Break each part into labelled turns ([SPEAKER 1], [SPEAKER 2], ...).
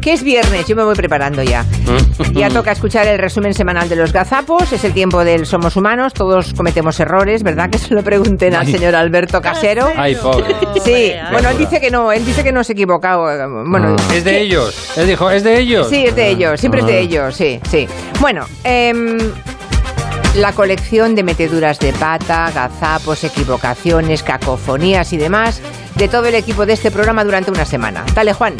[SPEAKER 1] que es viernes, yo me voy preparando ya. Ya toca escuchar el resumen semanal de los gazapos, es el tiempo del Somos Humanos, todos cometemos errores, ¿verdad? Que se lo pregunten al señor Alberto Casero.
[SPEAKER 2] Ay, pobre.
[SPEAKER 1] Sí, bueno, él dice que no, él dice que no se ha equivocado. Bueno,
[SPEAKER 2] Es de ellos. Él dijo, Ah, es de ellos. Ah.
[SPEAKER 1] sí, es de ellos, siempre es de ellos, sí, sí. Bueno, em, la colección de meteduras de pata, gazapos, equivocaciones, cacofonías y demás de todo el equipo de este programa durante una semana. Dale, Juan.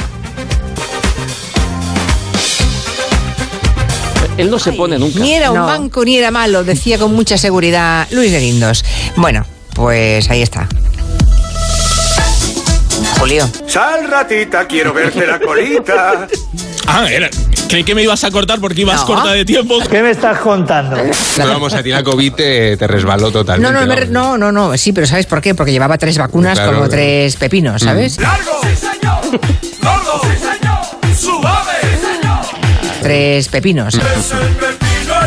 [SPEAKER 2] Él no se pone nunca.
[SPEAKER 3] Ni era un
[SPEAKER 1] No.
[SPEAKER 3] banco ni era malo, decía con mucha seguridad Luis de Guindos. Bueno, pues ahí está. Julio.
[SPEAKER 4] Sal ratita, quiero verte la colita.
[SPEAKER 5] Ah, era. Creí que me ibas a cortar porque ibas
[SPEAKER 3] No.
[SPEAKER 5] corta de tiempo.
[SPEAKER 6] ¿Qué me estás contando?
[SPEAKER 7] Pero vamos, a ti la COVID te, te resbaló
[SPEAKER 3] No,
[SPEAKER 7] totalmente.
[SPEAKER 3] no, me re-
[SPEAKER 7] vamos.
[SPEAKER 3] no, no, no, sí, pero ¿sabes por qué? Porque llevaba tres vacunas
[SPEAKER 7] Claro,
[SPEAKER 3] como
[SPEAKER 7] claro.
[SPEAKER 3] tres pepinos, ¿sabes?
[SPEAKER 4] ¡Largo! ¡Sí, señor! ¡Gordo! ¡Sí, señor! ¡Suave!
[SPEAKER 3] Tres pepinos.
[SPEAKER 4] ¡Es el pepino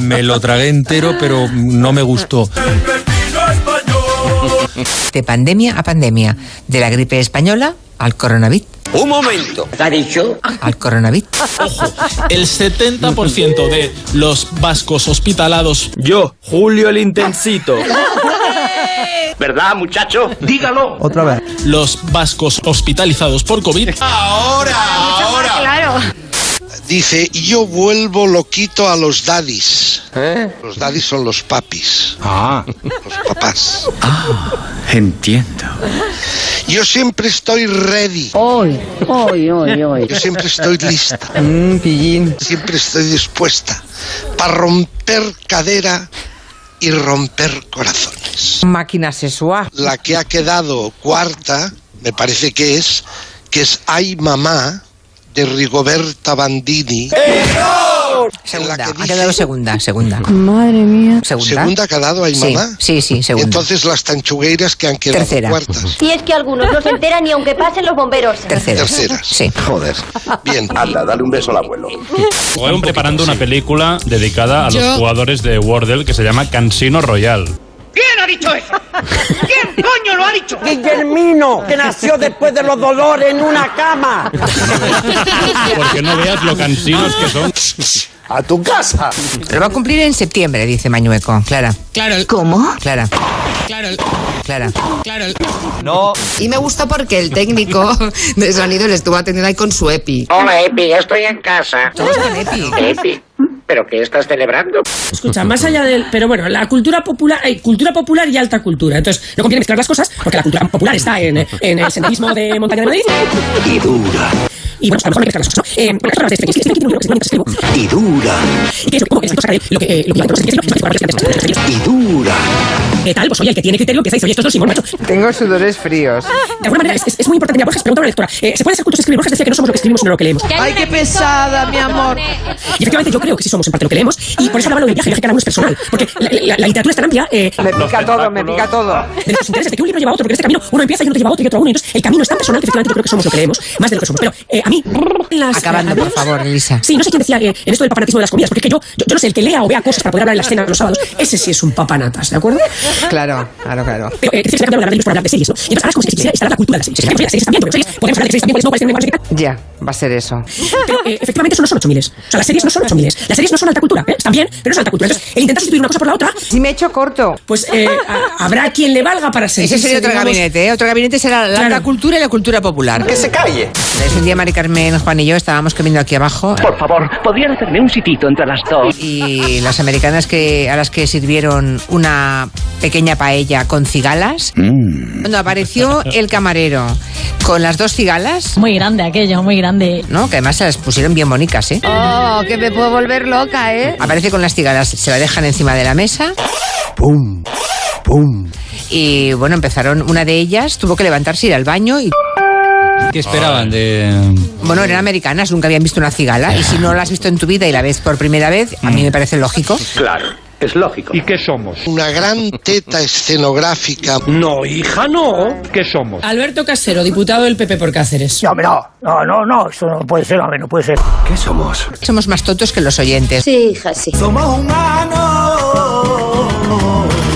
[SPEAKER 7] Me lo tragué entero, pero no me gustó.
[SPEAKER 4] ¡El pepino español!
[SPEAKER 3] De pandemia a pandemia. De la gripe española al coronavirus.
[SPEAKER 8] Un momento. ¿Qué ha dicho?
[SPEAKER 3] Al coronavirus.
[SPEAKER 5] Ojo, el 70% de los vascos hospitalados.
[SPEAKER 9] Yo, Julio el Intensito.
[SPEAKER 8] ¿Verdad, muchacho? Dígalo.
[SPEAKER 6] Otra vez.
[SPEAKER 5] Los vascos hospitalizados por COVID.
[SPEAKER 10] Dice, y yo vuelvo loquito a los daddies. Los daddies son los papis,
[SPEAKER 9] Ah,
[SPEAKER 10] los papás.
[SPEAKER 9] entiendo.
[SPEAKER 10] Yo siempre estoy ready.
[SPEAKER 11] Hoy, hoy, hoy, hoy. Mm,
[SPEAKER 10] Yo siempre estoy lista. Siempre estoy dispuesta para romper cadera y romper corazones.
[SPEAKER 3] Máquina sexual.
[SPEAKER 10] La que ha quedado cuarta, me parece que es, que es Ay Mamá de Rigoberta Bandini.
[SPEAKER 3] Segunda.
[SPEAKER 10] que
[SPEAKER 3] Ha
[SPEAKER 10] dice-
[SPEAKER 3] quedado segunda, segunda.
[SPEAKER 11] Madre mía.
[SPEAKER 3] Segunda.
[SPEAKER 10] Segunda que ha dado Ay
[SPEAKER 3] Sí,
[SPEAKER 10] Mamá.
[SPEAKER 3] sí, sí,
[SPEAKER 10] Y
[SPEAKER 3] segunda.
[SPEAKER 10] entonces las tanchugueiras que han quedado
[SPEAKER 3] Tercera.
[SPEAKER 10] cuartas.
[SPEAKER 11] Si es que algunos no se enteran ni aunque pasen los bomberos.
[SPEAKER 3] Tercera.
[SPEAKER 10] Terceras.
[SPEAKER 3] Sí.
[SPEAKER 10] Joder. Bien.
[SPEAKER 8] Anda, dale un beso al abuelo.
[SPEAKER 2] Estuvieron preparando una película dedicada a los
[SPEAKER 3] Yo-
[SPEAKER 2] jugadores de Wordle que se llama Cansino Royal.
[SPEAKER 8] ¿Quién ha dicho eso? ¿Quién coño lo ha dicho?
[SPEAKER 9] Guillermino, que nació después de los dolores en una cama.
[SPEAKER 2] Porque no veas lo cansinos que son.
[SPEAKER 8] A tu casa.
[SPEAKER 3] Lo va a cumplir en septiembre, dice Mañueco. Clara,
[SPEAKER 11] Claro. ¿Cómo?
[SPEAKER 3] Clara. Clara. Clara. Clara.
[SPEAKER 9] No.
[SPEAKER 3] Y me gusta porque el técnico de sonido le estuvo atendiendo ahí con su EPI.
[SPEAKER 8] Hola, Epi, estoy en casa.
[SPEAKER 3] Todos con EPI.
[SPEAKER 8] Epi, ¿pero qué estás celebrando?
[SPEAKER 11] Escucha, más allá del. Pero bueno, la cultura popular. Hay cultura popular y alta cultura. Entonces, no conviene mezclar las cosas porque la cultura popular está en, eh, en el senderismo de Montaña de Madrid.
[SPEAKER 8] Y dura,
[SPEAKER 11] Y bueno, a lo mejor no hay que mezclar las cosas, ¿no? Eh, bueno, esto no es de este, este, este, este, este, este, este, este,
[SPEAKER 8] y dura,
[SPEAKER 11] este, Y eso, ¿cómo que esto sacaré lo que. eh, Lo que. lo que- lo que- lo que- lo que- lo que- lo que-
[SPEAKER 8] y dura.
[SPEAKER 11] ¿Qué tal? Pues oye, el que tiene criterio empieza y dice, oye, esto es un simón, macho.
[SPEAKER 1] Tengo sudores fríos.
[SPEAKER 11] De alguna manera, es, es- es muy importante. Mira, Borges preguntaba a una lectora, eh, ¿se puede ser cultos escribir? Borges decía que no somos lo que escribimos, sino lo que leemos.
[SPEAKER 3] Ay, qué pesada, mi amor.
[SPEAKER 11] Y efectivamente yo creo que sí somos en parte lo que leemos y por eso hablaba lo del viaje, el viaje cada uno es personal, porque la, la- la literatura es tan amplia eh,
[SPEAKER 1] Me pica todo, me pica todo.
[SPEAKER 11] de los intereses, de que un libro lleva a otro, porque en este camino uno empieza y otro lleva a otro y otro a uno, y entonces el camino es tan personal que efectivamente yo creo que somos lo que leemos, más de lo que somos. Pero eh, a mí... Las,
[SPEAKER 3] Acabando, por favor, Elisa.
[SPEAKER 11] Sí, no sé quién decía eh, en esto del papanatismo de las comidas, porque es que yo, yo, yo no sé, el que lea o vea cosas para poder hablar en la escena los sábados, ese sí es un papanatas, ¿de acuerdo?
[SPEAKER 3] Claro, claro, claro.
[SPEAKER 11] Pero eh, que se cambiado de hablar de libros por hablar de series, ¿no? Y entonces ahora es como si quisiera instalar la cultura de las series. Es que las series también, porque las series, podemos hablar de series también, cuáles no, cuáles tienen lenguaje, no sé qué tal.
[SPEAKER 1] Ya, va a ser eso.
[SPEAKER 11] Pero eh, efectivamente eso no son ocho miles. O sea, las series no son ocho miles. Las series no son alta cultura. ¿eh? Están bien, pero no son alta cultura. Entonces, el intentar sustituir una cosa por la otra,
[SPEAKER 1] Si me he hecho corto.
[SPEAKER 11] pues eh, a- habrá quien le valga para ser.
[SPEAKER 3] Ese sería otro gabinete, ¿eh? Otro gabinete será la alta
[SPEAKER 11] Claro.
[SPEAKER 3] cultura y la cultura popular. Que se calle. un día Mari Carmen, Juan y yo estábamos comiendo aquí abajo
[SPEAKER 8] Por favor, ¿podrían hacerme un sitito entre las dos?
[SPEAKER 3] y las americanas que a las que sirvieron una pequeña paella con cigalas. Cuando apareció el camarero con las dos cigalas,
[SPEAKER 11] Muy grande aquello, muy grande.
[SPEAKER 3] ¿no? Que además se las pusieron bien bonitas, ¿eh?
[SPEAKER 11] Oh, que me puedo volver loca, ¿eh?
[SPEAKER 3] Aparece con las cigalas, se la dejan encima de la mesa. ¡Pum! ¡Pum! Y bueno, empezaron. Una de ellas tuvo que levantarse, ir al baño y.
[SPEAKER 2] ¿Qué esperaban de...?
[SPEAKER 3] Bueno, eran americanas, nunca habían visto una cigala. Y si no la has visto en tu vida y la ves por primera vez, a mí me parece lógico.
[SPEAKER 8] Claro, es lógico.
[SPEAKER 9] ¿Y qué somos?
[SPEAKER 10] Una gran teta escenográfica.
[SPEAKER 9] No, hija, no. ¿Qué somos?
[SPEAKER 11] Alberto Casero, diputado del PP por Cáceres.
[SPEAKER 6] No, hombre, no, no, no, no, eso no puede ser, hombre, no puede ser.
[SPEAKER 8] ¿Qué somos?
[SPEAKER 3] Somos más tontos que los oyentes.
[SPEAKER 11] Sí, hija, sí.
[SPEAKER 4] ¡Somos humanos!